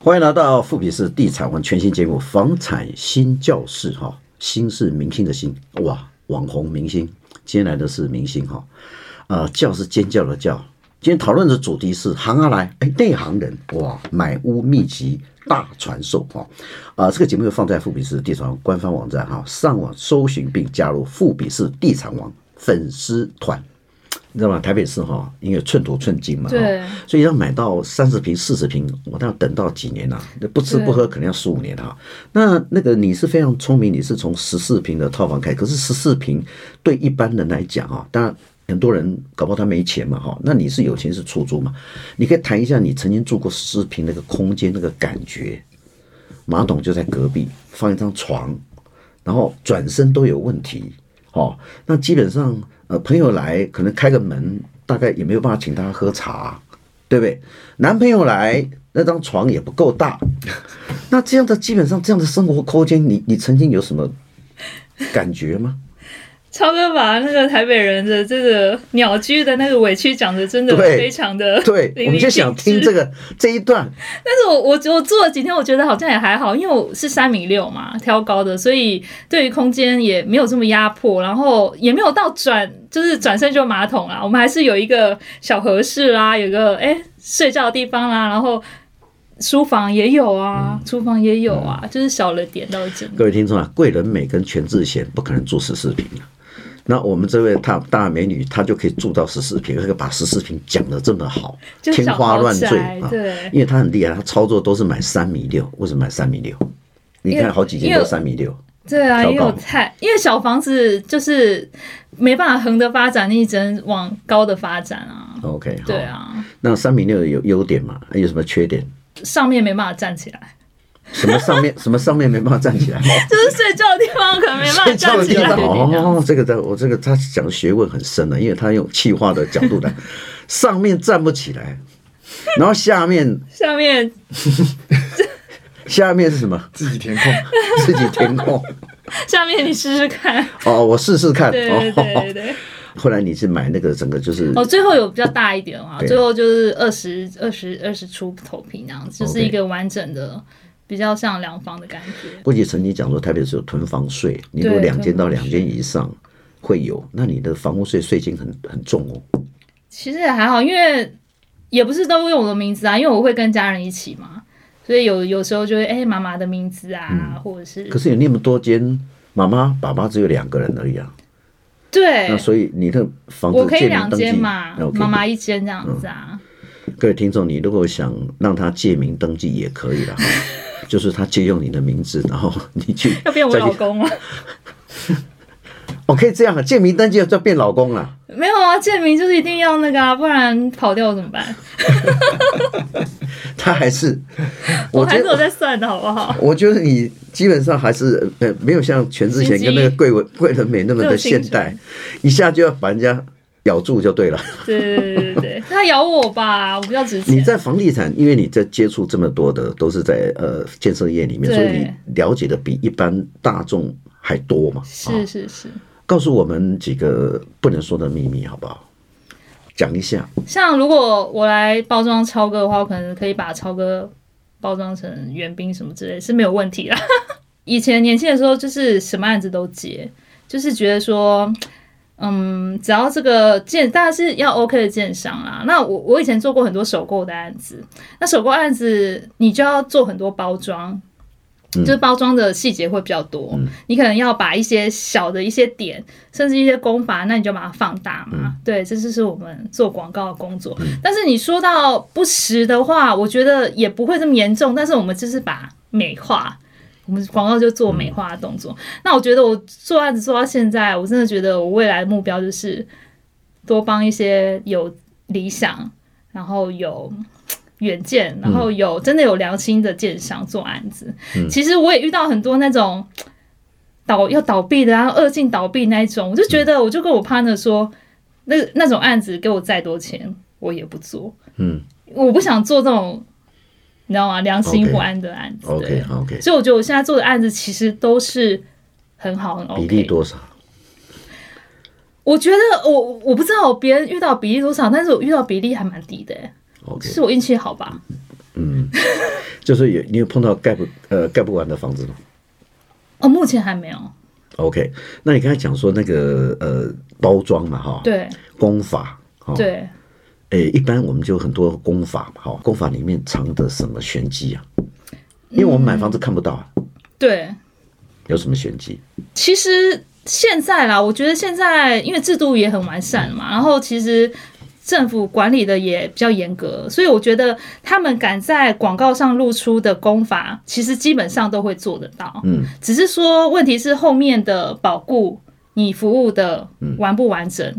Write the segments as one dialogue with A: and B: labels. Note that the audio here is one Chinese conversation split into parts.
A: 欢迎来到富比士地产王全新节目《房产新教室》哈，新是明星的新，哇，网红明星，今天来的是明星哈，呃，叫是尖叫的叫。今天讨论的主题是行啊来，哎，内行人哇，买屋秘籍大传授哈，啊、这个节目就放在富比士地产王官方网站哈，上网搜寻并加入富比士地产王粉丝团。你知道吗？台北市哈，因为寸土寸金嘛，哈
B: 对
A: 所以要买到三十平、四十平，我那要等到几年呐、那不吃不喝可能要十五年哈、那那个你是非常聪明，你是从十四平的套房开，可是十四平对一般人来讲啊，当然很多人搞不好他没钱嘛哈，那你是有钱是出租嘛，你可以谈一下你曾经住过十四平那个空间那个感觉，马桶就在隔壁，放一张床，然后转身都有问题。哦，那基本上呃，朋友来可能开个门，大概也没有办法请他喝茶，对不对？男朋友来，那张床也不够大， 那这样的基本上这样的生活空间，你你曾经有什么感觉吗？
B: 超哥把那个台北人的这个鸟居的那个委屈讲的真的
A: 对
B: 非常的
A: 对，
B: 淋漓
A: 我们就想
B: 尽致
A: 听这。个这一段，
B: 但是我我我做了几天，我觉得好像也还好，因为我是三米六嘛，挑高的，所以对于空间也没有这么压迫，然后也没有到转就是转身就马桶啦，我们还是有一个小合适啦，有个哎、睡觉的地方啦，然后书房也有啊，
A: 嗯
B: 厨房也有啊，就是少了点到真的。
A: 各位听众啊，桂纶镁跟全智贤不可能住十四平啊。那我们这位大大美女，她就可以住到十四平，而且把十四平讲得这么好，
B: 就是
A: 天
B: 小
A: 花
B: 豪
A: 乱坠
B: 宅
A: 啊！
B: 对
A: 因为她很厉害，她操作都是买三米六，为什么买三米六？你
B: 因为
A: 看好几
B: 因
A: 间
B: 为
A: 都三米六，
B: 对啊，
A: 调
B: 因为我
A: 高
B: 太因为小房子就是没办法横的发展，你只能往高的发展啊。
A: OK，好
B: 对，啊，
A: 那三米六有优点嘛？有什么缺点？
B: 上面没办法站起来，
A: 什么上面 什么上面没办法站起来？
B: 就是睡觉的地方可能 没办法
A: 睡觉
B: 站
A: 的
B: 起
A: 地
B: 来。
A: 方
B: 对对对
A: 哦，这个在我这个他讲学问很深的、因为他用气化的角度 来，上面站不起来，然后下面
B: 下面
A: 下面是什么？
C: 自己填空。
A: 自己填空。
B: 下面你试 试看，
A: 哦，我试试看。
B: 对对对对
A: 哦，
B: 对。
A: 后来你是买那个整个就是
B: 哦，最后有比较大一点啊，
A: 对啊
B: 最后就是二十二十二十出头皮那样
A: 哦
B: 子，就是一个完整的，比较像两房的感觉。
A: 过去曾经讲说，台北是有囤房税，你如果
B: 对
A: 两间到
B: 囤
A: 两
B: 房税
A: 间以上会有，那你的房屋税税金很很重哦。
B: 其实也还好，因为也不是都用我的名字啊，因为我会跟家人一起嘛，所以有有时候就会哎、妈妈的名字啊，或者是
A: 嗯可是有那么多间，妈妈、爸爸只有两个人而已啊。
B: 对
A: 那，所以你的房子
B: 我可以
A: 借名
B: 两
A: 登记嗯
B: 间嘛，
A: 那 OK
B: 妈妈一间这样子啊，
A: 各位听众，你如果想让他借名登记也可以了 哈，就是他借用你的名字，然后你去
B: 要变我
A: 再去
B: 老公了。
A: 哦，可以这样啊，借名登记就变老公了。
B: 没有啊，建明就是一定要那个啊，不然跑掉怎么办？
A: 他还是，
B: 我还
A: 觉
B: 是有
A: 得
B: 在算的好不好？
A: 我觉得你基本上还是呃没有像全智贤跟那个桂文桂纶镁那么的现代，一下就要把人家咬住就对了。
B: 对对对对对，他咬我吧，我比较值钱。
A: 你在房地产，因为你在接触这么多的都是在呃建设业里面，
B: 对
A: 所以你了解的比一般大众还多嘛。
B: 是是是，
A: 告诉我们几个不能说的秘密好不好？讲一下，
B: 像如果我来包装超哥的话，我可能可以把超哥包装成援兵什么之类是没有问题啦。 以前年轻的时候，就是什么案子都接，就是觉得说，嗯，只要这个建，当然是要 OK 的建商啦。那我我以前做过很多首购的案子，那首购案子你就要做很多包装。就是包装的细节会比较多，你可能要把一些小的一些点，甚至一些功法，那你就把它放大嘛。对，这就是我们做广告的工作。但是你说到不实的话，我觉得也不会这么严重。但是我们就是把美化，我们广告就做美化的动作。那我觉得我做案子做到现在，我真的觉得我未来的目标就是多帮一些有理想，然后有远见，然后有真的有良心的建商做案子。其实我也遇到很多那种倒要倒闭的啊，恶性倒闭那一种，我就觉得我就跟我 partner 说，那那种案子给我再多钱我也不做，
A: 嗯
B: 我不想做这种。你知道吗？良心
A: OK
B: 不安的案子对。
A: ，OK 好 OK，
B: 所以我觉得我现在做的案子其实都是很好很 OK。
A: 比例多少？
B: 我觉得我我不知道别人遇到比例多少，但是我遇到比例还蛮低的、欸，
A: OK，
B: 是我运气好吧？
A: 就是有你有碰到盖不呃盖不完的房子吗
B: 哦，目前还没有。
A: ？OK，那你刚才讲说那个呃包装嘛哈，，
B: 对
A: 工法，哦，
B: 对，
A: 诶，一般我们就很多工法嘛，哈，工法里面藏的什么玄机啊？因为我们买房子看不到啊，
B: 对，
A: 有什么玄机？
B: 其实现在啦，我觉得现在因为制度也很完善嘛，然后其实政府管理的也比较严格，所以我觉得他们敢在广告上露出的功法，其实基本上都会做得到。
A: 嗯，
B: 只是说问题是后面的保固，你服务的完不完整。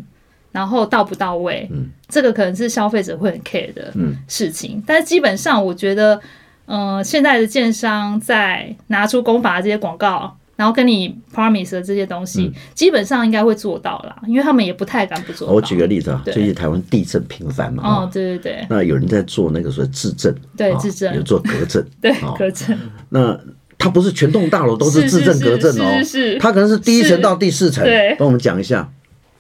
B: 然后到不到位，
A: 嗯
B: 这个可能是消费者会很 care 的
A: 嗯
B: 事情。但是基本上，我觉得呃，现在的建商在拿出公法的这些广告，然后跟你 promise 的这些东西，
A: 嗯
B: 基本上应该会做到啦，因为他们也不太敢不做到。
A: 我举个例子啊，
B: 对
A: 最近台湾地震频繁嘛，
B: 哦
A: 哈，
B: 对对
A: 那有人在做那个所谓自证，
B: 对
A: 啊
B: 自证
A: 有做隔震，
B: 对
A: 哦
B: 对，隔震
A: 那它不是全栋大楼都是自证隔震哦
B: 是是，是是
A: 它可能是第一层到第四层
B: 是对，
A: 帮我们讲一下，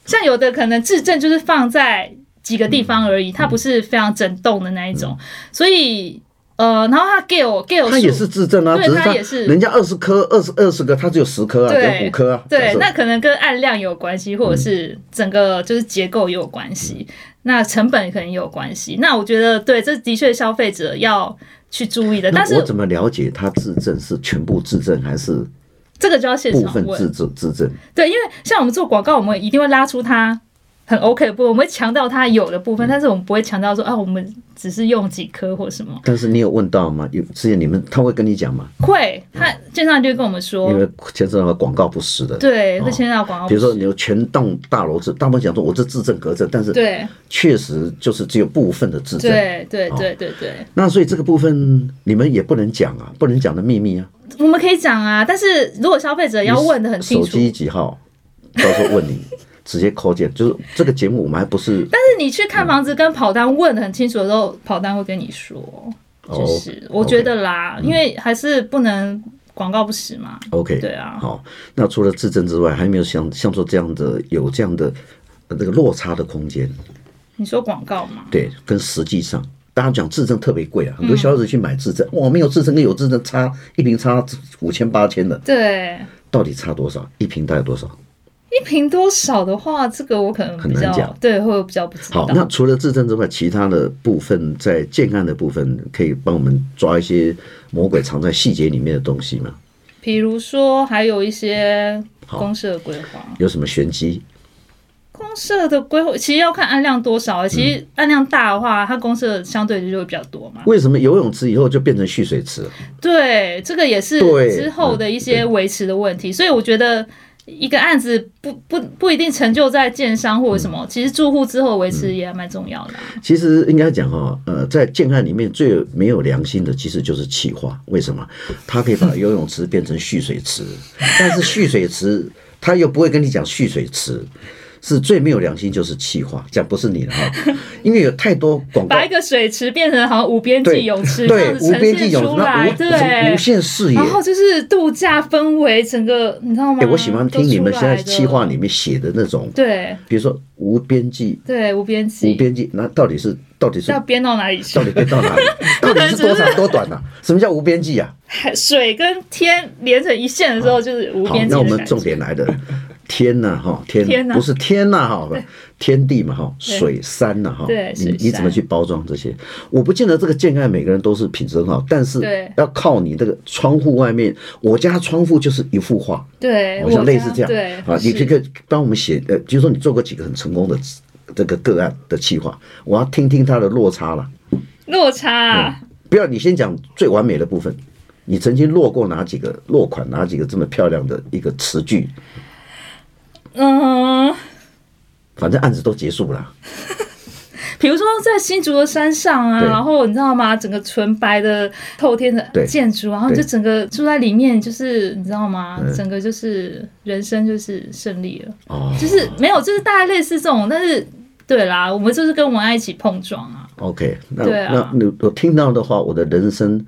B: 像有的可能质证就是放在几个地方而
A: 嗯
B: 已，它不是非常整栋的那一种，所以呃，然后它 gale gale
A: 它也是自证啊，
B: 对
A: 只是
B: 它
A: 它
B: 也是
A: 人家二十颗、二十二十个，它只有十颗啊，只
B: 对
A: 有五颗啊，假
B: 对，
A: 设
B: 那可能跟按量有关系，或者是
A: 嗯
B: 整个就是结构也有关系，那成本可能也有关系。那我觉得对，这的确消费者要去注意的，但
A: 那
B: 是
A: 我怎么了解它自证是全部自证还是
B: 这个就要现
A: 部
B: 场
A: 分自
B: 问。
A: 证自证？
B: 对，因为像我们做广告，我们一定会拉出它很 OK 的部分，我们会强调它有的部
A: 嗯
B: 分，但是我们不会强调说啊，我们只是用几颗或什么。
A: 但是你有问到吗？有之前你们他会跟你讲吗？
B: 会，他建商就会跟我
A: 因
B: 们说，
A: 为牵涉到广告不实的，
B: 对，
A: 哦
B: 会签到广告，
A: 比如说你有全栋大楼是，大部分讲说我是自证隔证，但是
B: 对
A: 确实就是只有部分的自证。
B: 对对
A: 哦
B: 对对对，
A: 那所以这个部分你们也不能讲啊，不能讲的秘密啊。
B: 我们可以讲啊，但是如果消费者要问的很清
A: 手
B: 楚，
A: 机几号，到时候问 你，直接扣件。就是这个节目我们还不是
B: 但是你去看房子跟跑单问的很清楚的时候，跑单会跟你说，就
A: 哦嗯
B: 是我觉得啦，因为还是不能广告不实嘛，
A: OK。
B: 对啊
A: 好，那除了自证之外，还有没有像像说这样的有这样的呃这个落差的空间？
B: 你说广告嘛，
A: 对，跟实际上，大家讲自证特别贵啊，很
B: 嗯
A: 多消费者去买自证，哇，没有自证跟有自证差一瓶差五千八千的，
B: 对。
A: 到底差多少？一瓶大概多少？
B: 一瓶多少的话，这个我可能比
A: 很难
B: 较
A: 讲
B: 对，会比较不知道
A: 好，。那除了自证之外，其他的部分在建案的部分，可以帮我们抓一些魔鬼藏在细节里面的东西吗？
B: 比如说，还有一些
A: 好
B: 公社规划，
A: 有什么玄机？
B: 公社的规划其实要看按量多少、啊
A: 嗯
B: 其实按量大的话，它公社相对就会比较多嘛。
A: 为什么游泳池以后就变成蓄水池了？
B: 对，这个也是
A: 对
B: 之后的一些维持的问题，所以我觉得。一个案子不不不一定成就在建商或者什
A: 嗯
B: 么，其实住户之后维持也还蛮重要的啊、
A: 其实应该讲哈，呃，在建案里面最没有良心的，其实就是企划。为什么？它可以把游泳池变成蓄水池，但是蓄水池他又不会跟你讲蓄水池。是最没有良心就是企划，讲不是你了哈，因为有太多广 告
B: 把一个水池变成好像无边
A: 对
B: 际泳池这
A: 对
B: 样子
A: 无
B: 呈
A: 边际
B: 现
A: 泳
B: 出
A: 池，
B: 来，
A: 那无
B: 对
A: 无，限视野
B: 然。后就是度假氛围，整个你知道吗？
A: 哎，我喜欢听你们现在企划
B: 划，
A: 里面写的那种，
B: 对
A: 比如说无边际、
B: 对，无边
A: 无
B: 际，
A: 边际，那到底是到底是
B: 要编到哪里去
A: 到？底变到 哪里？到底是多长多短呢、啊什么叫无边际啊？
B: 海水跟天连成一线的时候，就是无
A: 好
B: 边，
A: 那
B: 际
A: 我
B: 的
A: 们
B: 感
A: 重
B: 觉。
A: 点来了，天呐、哈，天
B: 天呐
A: 不是天呐、哈，天地嘛哈，
B: 对
A: 水山呐、哈
B: 对，
A: 你
B: 水
A: 你怎么
B: 山
A: 去包装这些？我不见得这个建案每个人都是品质很好，但是
B: 对
A: 要靠你这个窗户外面，我家窗户就是一幅画，
B: 对，
A: 好像类似
B: 家
A: 这样
B: 对
A: 啊，你这
B: 是
A: 个帮我们写，呃，就是说你做过几个很成功的这个个案的企划，我要听听它的落差了。
B: 落差啊、
A: 不要你先讲最完美的部分，你曾经落过哪几个落款，哪几个这么漂亮的一个词句？
B: 嗯，
A: 反正案子都结束了，
B: 比如说在新竹的山上啊，
A: 对
B: 然后你知道吗？整个纯白的透天
A: 对
B: 的建筑，然后你就
A: 对
B: 整个住在里面，就是你知道吗？
A: 嗯
B: 整个就是人生就是胜利了，
A: 哦，
B: 就是没有，就是大概类似这种，但是对啦，我们就是跟文案一起碰撞啊，
A: OK，那、
B: 对啊
A: 那你我听到的话，我的人生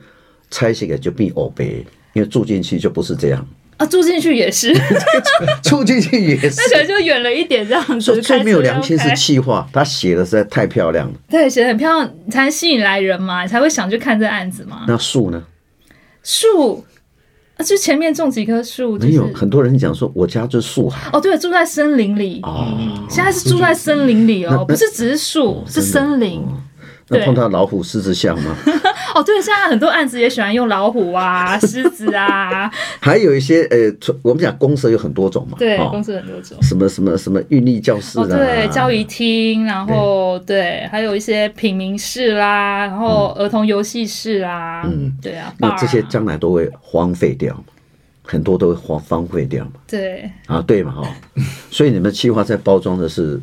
A: 拆卸给就变欧北，因为住进去就不是这样。
B: 啊，住进去也是，
A: 住进去也是。
B: 那可能就远了一点这样
A: 所
B: 子。
A: 以最没有良心
B: 开
A: 是
B: 车
A: 气话，他写的实在太漂亮了。
B: 对，写的很漂亮，才吸引来人嘛，你才会想去看这案子嘛。
A: 那树呢？
B: 树啊，就前面种几棵树，就
A: 没
B: 是
A: 有很多人讲说，我家就是树海
B: 哦，对，住在森林里。
A: 哦。
B: 现在是住在森林里哦，不是只是树，是森林
A: 哦那
B: 对
A: 碰到老虎、狮子、象吗？
B: 哦。对，现在很多案子也喜欢用老虎啊、 狮子
A: 哦
B: 啊，
A: 还有一些呃，从我们讲公社有很多种嘛，
B: 对，
A: 哦
B: 公司很多种。
A: 什么什么什么运力教室啊，
B: 哦，对，教育厅，然后对，还有一些品名室啦，然后儿童游戏室啦，
A: 嗯，
B: 对啊，
A: 那
B: bar
A: 这些
B: 啊
A: 将来都会荒废掉，很多都会荒荒废掉嘛，
B: 对，
A: 啊，对嘛哈、 哦，所以你们计划在包装的是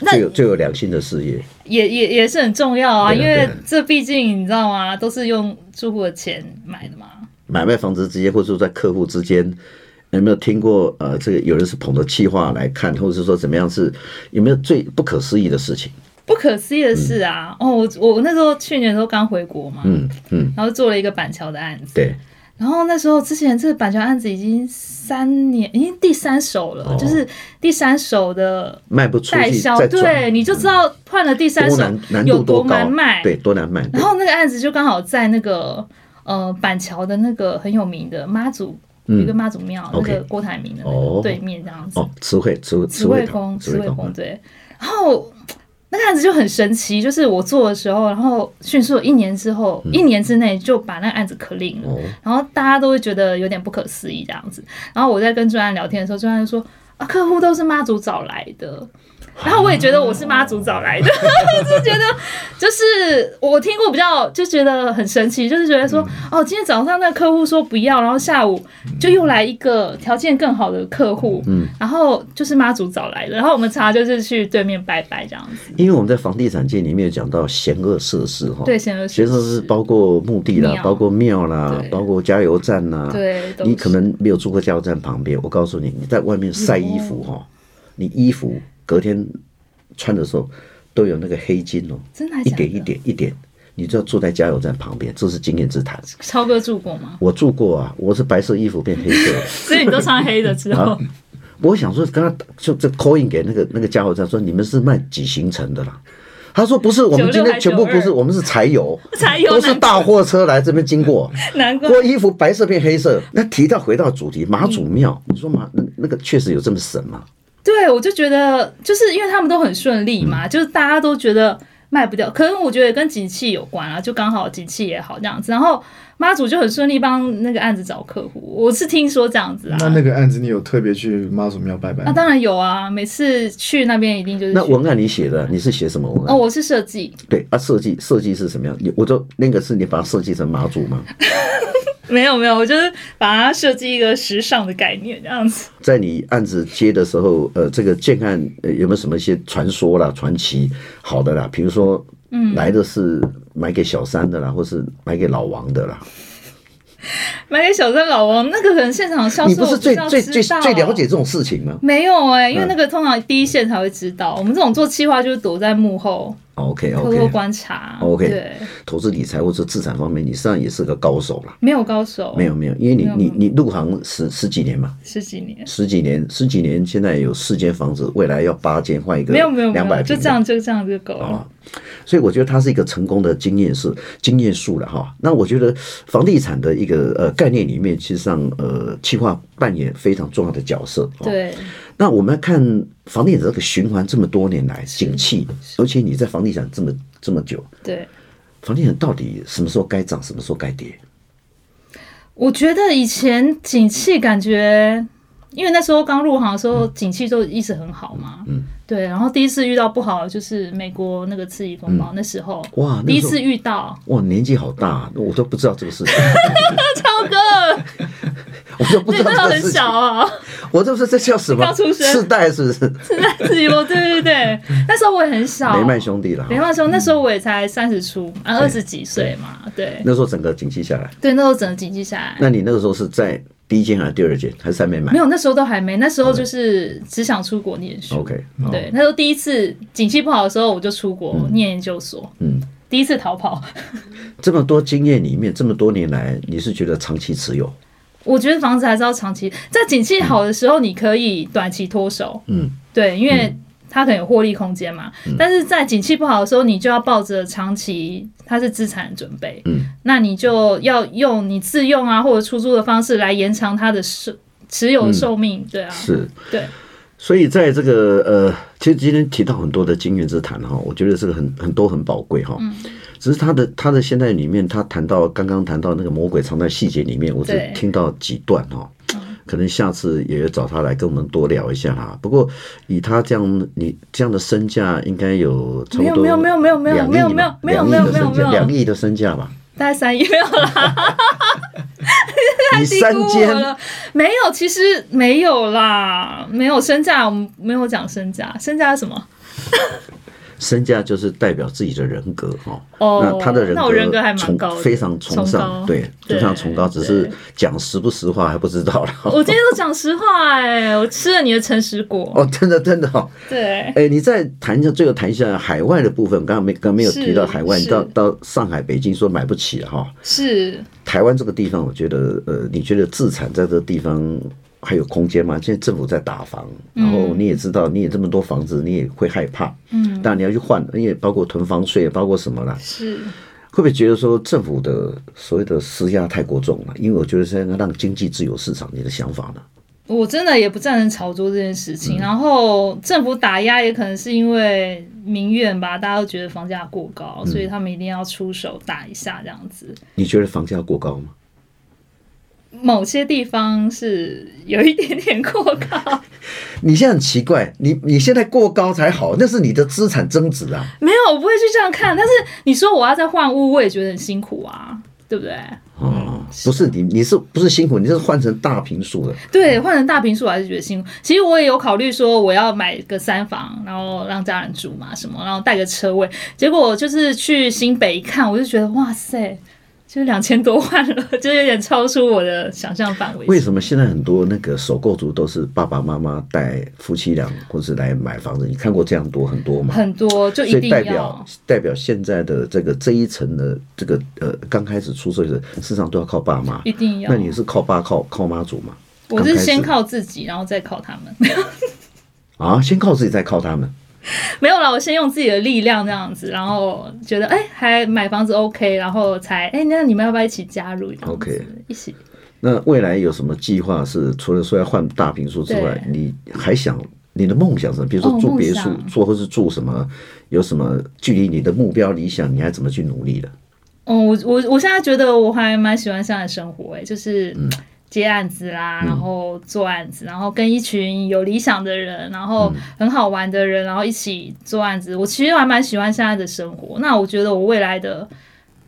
B: 那
A: 最有最有良心的事业，
B: 也也也是很重要啊，
A: 对啊
B: 因
A: 对
B: 为
A: 啊
B: 这毕竟你知道吗，都是用住户的钱买的嘛。
A: 买卖房子之间，或者说在客户之间。有没有听过？呃，这个有人是捧着气话来看，或者是说怎么样是有没有最不可思议的事情？
B: 不可思议的是啊，哦，我我那时候去年的时候刚回国嘛，
A: 嗯嗯，
B: 然后做了一个板桥的案子，
A: 对，
B: 然后那时候之前这个板桥案子已经三年，已经第三手了，
A: 哦
B: 就是第三手的
A: 卖不出
B: 代
A: 去
B: 销，
A: 再
B: 对，
A: 转，
B: 你就知道换了第三
A: 多
B: 手
A: 难难
B: 有
A: 度
B: 多
A: 高啊
B: 难卖，
A: 对，多难卖。对
B: 然后那个案子就刚好在那个呃板桥的那个很有名的妈祖，有一个妈祖庙，
A: 嗯
B: 那
A: OK
B: 个郭台铭的那
A: 哦
B: 个对面这样子，
A: 哦，词汇词
B: 慈惠
A: 堂
B: 宫，
A: 词
B: 慈惠宫
A: 宫，嗯
B: 对。然后那个案子就很神奇，就是我做的时候，然后迅速一年之后，
A: 嗯
B: 一年之内就把那个案子 clean 了，
A: 哦，
B: 然后大家都会觉得有点不可思议这样子。然后我在跟专案聊天的时候，专案就说啊，客户都是妈祖找来的。
A: 啊
B: 然后我也觉得我是妈祖找来的， 就觉得就是我听过比较就觉得很神奇，就是觉得
A: 嗯
B: 说、哦，今天早上那个客户说不要，然后下午就又来一个条件更好的客户，
A: 嗯
B: 然后就是妈祖找来的，然后我们茶就是去对面拜拜这样子，
A: 因为我们在房地产界里面有讲到险恶设施哈，
B: 对，，显而
A: 险恶设施包括墓地啦，
B: 庙
A: 包括庙啦
B: 对，
A: 包括加油站啦，
B: 对，都
A: 啊你
B: 是
A: 可能没有住过加油站旁边，我告诉你，你在外面晒衣服
B: 哦
A: 哈，你衣服隔天穿的时候都有那个黑金哦，
B: 真的还
A: 一
B: 假的
A: 点一，点一点，你就要住在加油站旁边，这是经验之谈。
B: 超哥住过吗？
A: 我住过啊，我是白色衣服变黑色的。
B: 所以你都穿黑的之后，
A: 啊我想说，刚刚就这 call in 给那个那个家伙在说，你们是卖几行程的啦？他说不是，我们今天全部不是，
B: 96
A: 我们是柴油，
B: 才有
A: 都是大货车来这边经过。
B: 难怪
A: 不过衣服白色变黑色。那提到回到主题，马祖庙，你说马那那个确实有这么神吗？
B: 对，我就觉得就是因为他们都很顺利嘛，
A: 嗯
B: 就是大家都觉得卖不掉，可能我觉得跟景气有关啊，就刚好景气也好这样子，然后妈祖就很顺利帮那个案子找客户，我是听说这样子啊。
C: 那那个案子，你有特别去妈祖庙拜拜
B: 那
C: 吗？
B: 当然有啊，每次去那边一定就是
A: 那
B: 去
A: 文案你写的，你是写什么文
B: 哦，
A: 案？
B: 我是设计，
A: 对啊，设计设计是什么样？你我都那个是你把它设计成马祖吗？
B: 没有没有，我就是把它设计一个时尚的概念这样子。
A: 在你案子接的时候，呃，这个建案呃有没有什么一些传说啦、传奇好的啦？比如说，嗯，来的是买给小三的啦，或是买给老王的啦。
B: 买给小三老王那个可能现场销售
A: 你不是最
B: 比较
A: 最
B: 知
A: 最
B: 道啊
A: 最了解这种事情吗
B: 没有哎、因为
A: 嗯
B: 那个通常第一线才会知道，我们这种做企划就是躲在幕后
A: 哦？OK
B: 偷偷
A: OK，
B: 观察。
A: OK
B: 对，
A: 投资理财或者资产方面，你实际上也是个高手啦。
B: 没有高手，
A: 没有没有，因为你
B: 哦没有
A: 你你入行十十几年嘛，
B: 十几年，
A: 十几年十几年，现在有四间房子，未来要八间换一个，
B: 没有没有没
A: 两百
B: 有，就
A: 平哦
B: 这
A: 的。
B: 样就这样就够了。
A: 所以我觉得它是一个成功的经验是经验数了哈。那我觉得房地产的一个呃概念里面，其实上呃，企划扮演非常重要的角色。哦，
B: 对，
A: 那我们来看房地产这个循环这么多年来景气，
B: 嗯
A: 尤其你在房地产这么这么久，
B: 对，
A: 房地产到底什么时候该涨，什么时候该跌？
B: 我觉得以前景气感觉，因为那时候刚入行的时候，
A: 嗯
B: 景气都一直很好嘛。嗯，对。然后第一次遇到不好的就是美国那个次级风暴，那时候
A: 嗯哇那时候
B: 第一次遇到
A: 哇，年纪好大、啊我都不知道这个 事情，
B: 超哥，
A: 我都不
B: 那
A: 知道
B: 时
A: 这
B: 候
A: 个
B: 很
A: 事情
B: 小，啊，
A: 我这不是这叫什么
B: 刚出？生
A: 世代是不是？
B: 是在次级风，对对对，那时候我也很小。
A: 嗯雷曼兄弟了哈，
B: 雷曼兄，那时候我也才三十出，啊，二十几岁嘛，对
A: 那时候整个景气下来，
B: 对，那时候整个景气下来。
A: 那你那个时候是在第一间还是第二间，还是还没买
B: 没有，那时候都还没，那时候就是只想出国念书。
A: ？OK，哦
B: 对，那时候第一次景气不好的时候，我就出国念研究所。
A: 嗯，
B: 第一次逃跑，
A: 这么多经验里面，这么多年来，你是觉得长期持有？
B: 我觉得房子还是要长期，在景气好的时候，你可以短期脱手，
A: 嗯，
B: 对，因为它可能有获利空间嘛。但是在景气不好的时候，你就要抱着长期它是资产准备，
A: 嗯，
B: 那你就要用你自用啊或者出租的方式来延长它的寿持有寿命，对啊，
A: 嗯是。
B: 对，
A: 所以在这个呃，其实今天提到很多的经验之谈哈，我觉得这个很很多很宝贵哈。
B: 嗯
A: 只是他的他的现在里面，他谈到刚刚谈到那个魔鬼藏在细节里面，我只
B: 对嗯
A: 听到几段哈。可能下次也找他来跟我们多聊一下啦。不过以他这样你这样的身价，应该有差
B: 没
A: 不
B: 有
A: 多
B: 没有没有没有没有
A: 两亿
B: 没有
A: 嘛
B: 没有没有
A: 两亿的
B: 没有没有
A: 身价
B: 没有
A: 两亿的身价吧？
B: 大概三亿没有啦，
A: 你
B: 啊低
A: 三
B: 估我
A: 间
B: 了，没有，其实没有啦，没有身价，我们没有讲身价，身价是什么？
A: 身价就是代表自己的人格哈。
B: 哦
A: 那他的人
B: 那
A: 格
B: 我人格还蛮
A: 崇
B: 高的
A: 非常崇
B: 崇
A: 尚，
B: 高
A: 对，
B: 对
A: 非常崇高，只是讲实不实话还不知道哦了。
B: 我今天都讲实话哎、我吃了你的诚实果。
A: 哦，真的真的哦，
B: 对，
A: 哎，你再谈一下，最后谈一下海外的部分。刚刚没刚刚没有提到海外，
B: 是
A: 你到到上海、北京说买不起了哈。
B: 是
A: 台湾这个地方，我觉得呃，你觉得自产在这个地方还有空间吗？现在政府在打房，
B: 嗯
A: 然后你也知道，你也这么多房子，你也会害怕。嗯，当然你要去换，因为包括囤房税，包括什么啦。
B: 是，
A: 会不会觉得说政府的所谓的施压太过重了？啊因为我觉得现在让经济自由市场，你的想法呢？
B: 我真的也不赞成炒作这件事
A: 嗯
B: 情。然后政府打压也可能是因为民怨吧，大家都觉得房价过
A: 嗯
B: 高，所以他们一定要出手打一下这样子。
A: 你觉得房价过高吗？
B: 某些地方是有一点点过高，
A: 你现在很奇怪，你你现在过高才好，那是你的资产增值啊。
B: 没有，我不会去这样看。但是你说我要再换屋，我也觉得很辛苦啊，对不对？
A: 哦，不是啊你，你是不是辛苦？你是换成大平数的，
B: 对，换成大平数我还是觉得辛苦。其实我也有考虑说我要买个三房，然后让家人住嘛什么，然后带个车位。结果就是去新北一看，我就觉得哇塞，就是两千多万了， 就有点超出我的想象范围。
A: 为什么现在很多那个首购族都是爸爸妈妈带夫妻俩，或是来买房子？你看过这样多很多吗？
B: 很多
A: 所
B: 就一
A: 以
B: 定
A: 代
B: 要
A: 表代表现在的这个这一层的这个呃，刚开始出售的市场都要靠爸妈，
B: 一定要
A: 那？你是靠爸靠靠妈祖嘛？
B: 我是先
A: 刚开
B: 靠自己，然后再靠他们。
A: 始啊，先靠自己，再靠他们。
B: 没有啦，我先用自己的力量这样子，然后觉得哎、还买房子 OK，然后才哎、那你们要不要一起加入这样子
A: OK
B: 一起
A: 那未来有什么计划是除了说要换大平数之外，你还想你的梦想是什么？比如说
B: 哦
A: 住别
B: 梦
A: 墅，
B: 想
A: 做或是住什么？有什么距离你的目标理想，你还怎么去努力的？
B: 哦，我我我现在觉得我还蛮喜欢现在的生活、欸，就是接案子啦，然后做案子，然后跟一群有理想的人，然后很好玩的人，然后一起做案子。我其实还蛮喜欢现在的生活。那我觉得我未来的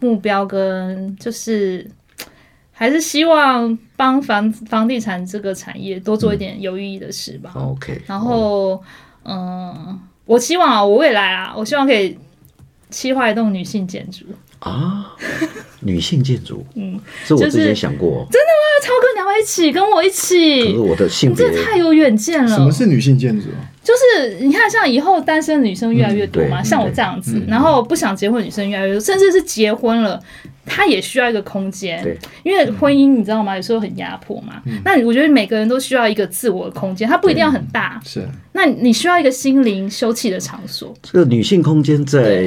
B: 目标跟就是。还是希望帮房房地产这个产业多做一点有意义的事吧。
A: OK，
B: 然后，嗯，我希望啊，我未来啊，我希望可以企划一栋女性建筑。
A: 啊，女性建筑，
B: 嗯，
A: 这我
B: 就
A: 之前
B: 是
A: 想过哦，
B: 超哥，你要不要一起跟我一
A: 可是
B: 起？
A: 我的性
B: 你
A: 别
B: 真的太有远见了
C: 什。么是女性建筑？
B: 就是你看，像以后单身女生越来越多嘛，
A: 嗯对
B: 像我这样子，然后不想结婚的女生越来越多，甚至是结婚了，她也需要一个空间。
A: 对，嗯
B: 因为婚姻你知道吗？有时候很压迫嘛。那我觉得每个人都需要一个自我的空间，它不一定要很大。
C: 是啊
B: 那你需要一个心灵休憩的场所。
A: 这个女性空间在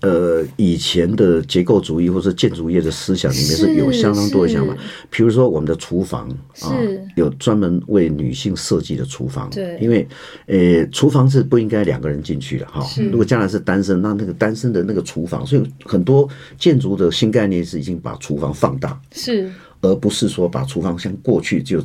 A: 呃以前的结构主义或者建筑业的思想里面是有相当多的想法
B: 是，
A: 比如说我们的厨房啊
B: 是，
A: 有专门为女性设计的厨房，
B: 对
A: 因为呃厨房是不应该两个人进去的哈，如果将来是单身，那那个单身的那个厨房，所以很多建筑的新概念是已经把厨房放大，
B: 是，
A: 而不是说把厨房像过去就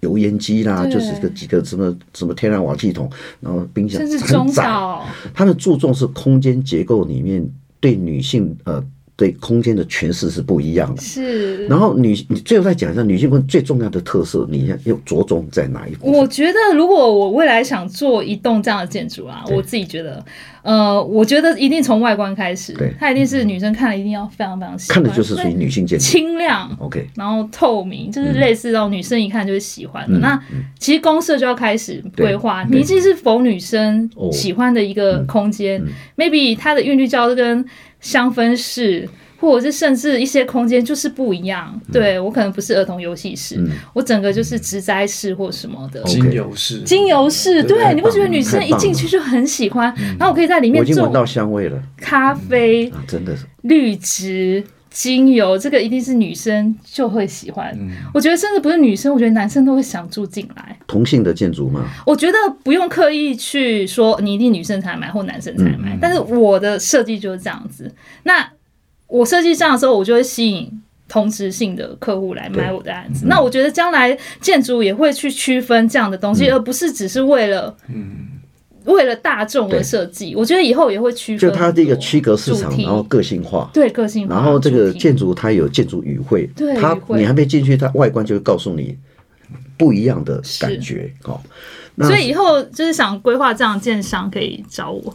A: 油烟机啦，
B: 对
A: 就是这几个什么什么天然瓦气桶，然后冰箱
B: 甚至
A: 很
B: 中
A: 窄。
B: 岛
A: 他们注重是空间结构里面对女性呃对空间的诠释是不一样的。
B: 是。
A: 然后女，你最后再讲一下女性婚最重要的特色，你要要着重在哪一部
B: 我
A: 分？
B: 觉得，如果我未来想做一栋这样的建筑啊，我自己觉得，呃，我觉得一定从外观开始
A: 对，
B: 它一定是女生看了一定要非常非常喜欢，
A: 看的就是属于女性建筑。
B: 清亮，
A: OK，
B: 然后透明，就是类似到女生一看就会喜欢的。那其实公社就要开始规划，
A: 嗯对
B: 你既是否女生
A: 哦
B: 喜欢的一个空间、m a y b e 它的韵律教跟香氛室。或者是甚至一些空间就是不一样。
A: 嗯
B: 对我可能不是儿童游戏室，我整个就是植栽室或什么
A: 哦
B: 的。
C: 精油是
B: 精油室，
C: 对
B: 对，你不觉得女生
A: 太
B: 一
A: 棒
B: 进
A: 了
B: 去就很喜欢？然后我可以在里面
A: 我已经闻
B: 种
A: 到香味了
B: 咖啡、
A: 啊，真的是。
B: 绿植、精油，这个一定是女生就会喜欢。
A: 嗯
B: 我觉得甚至不是女生，我觉得男生都会想住进来。
A: 同性的建筑吗？
B: 我觉得不用刻意去说你一定女生才买或男生才买，
C: 嗯嗯
B: 但是我的设计就是这样子。那我设计这样的时候，我就会吸引同质性的客户来买
A: 对
B: 我的案子。那我觉得将来建筑也会去区分这样的东西，
A: 嗯
B: 而不是只是为了为了大众而
A: 对
B: 设计。我觉得以后也会区分
A: 就
B: 很多主
A: 它
B: 题，
A: 这个区隔市场，然后个性化，
B: 对个性化，
A: 然后这个
B: 主题
A: 建筑它有建筑语汇
B: 对，
A: 它
B: 语汇
A: 你还没进去，它外观就会告诉你不一样的感觉哦。那
B: 所以以后就是想规划这样的建商可以找我，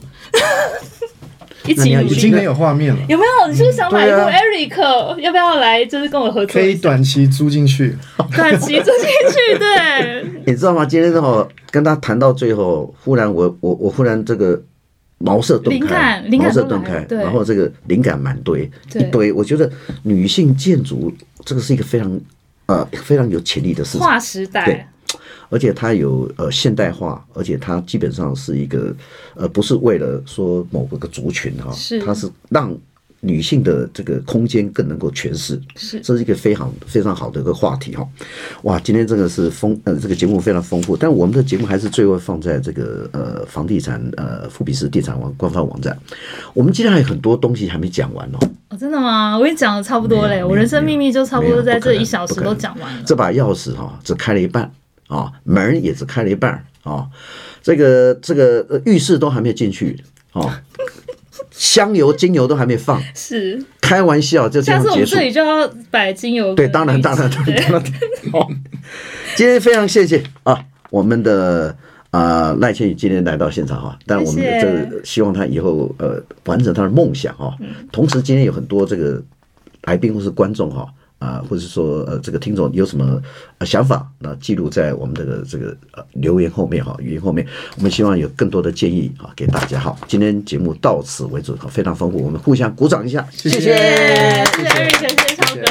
B: 一
A: 那你
B: 起
A: 要
B: 努
A: 一
C: 啊已
A: 起
B: 力。
C: 经很有画面了，
B: 有没有？你是不是想买一部
A: 对啊
B: Eric？、要不要来？就是跟我合作
C: 可
B: 一
C: 以
B: 下？
C: 短期租进去。
B: 短期租进去，对，
A: 你知道吗？今天哦，跟他谈到最后，忽然我我我忽然这个茅塞顿
B: 灵
A: 开
B: 感，灵感
A: 茅塞
B: 都来
A: 顿开
B: 了，对
A: 然后这个灵感满堆
B: 对
A: 一堆。我觉得女性建筑这个是一个非常呃非常有潜力的市场。
B: 划时
A: 对
B: 代，
A: 而且它有呃现代化，而且它基本上是一个呃不是为了说某个族群哈、
B: 是
A: 它是让女性的这个空间更能够诠释，
B: 是
A: 这是一个非常非常好的一个话题哈、哇，今天这个是丰呃这个节目非常丰富，但我们的节目还是最后放在这个呃房地产呃富比士地产网官方网站，我们今天还有很多东西还没讲完哦，
B: 哦，真的吗？我也讲的差不多
A: 没
B: 嘞，
A: 有
B: 我人生秘密就差不多在这
A: 没有
B: 一小时
A: 不可能
B: 都讲完了。
A: 这把钥匙哈、只开了一半啊、门儿也只开了一半啊、这个这个呃浴室都还没有进去啊、香油精油都还没放，
B: 是，
A: 开玩笑就这
B: 下
A: 样
B: 次我
A: 结
B: 们
A: 束
B: 这。里就要摆精油跟
A: 对，
B: 绿植。
A: 当然当然当
B: 对
A: 然 当然。好，今天非常谢谢啊，我们的。啊、赖倩宇今天来到现场哈，但我们
B: 谢谢
A: 这个希望她以后呃完成她的梦想哈。
B: 嗯
A: 同时，今天有很多这个来宾或是观众哈啊、或者是说呃这个听众有什么、呃想法，那记录在我们这个这个呃留言后面哈，语音后面，我们希望有更多的建议啊给大家哈。今天节目到此为止，好非常丰富，我们互相鼓掌一下，
C: 谢谢
B: 谢谢谢谢 Eric，谢谢超
C: 谢谢
B: 哥。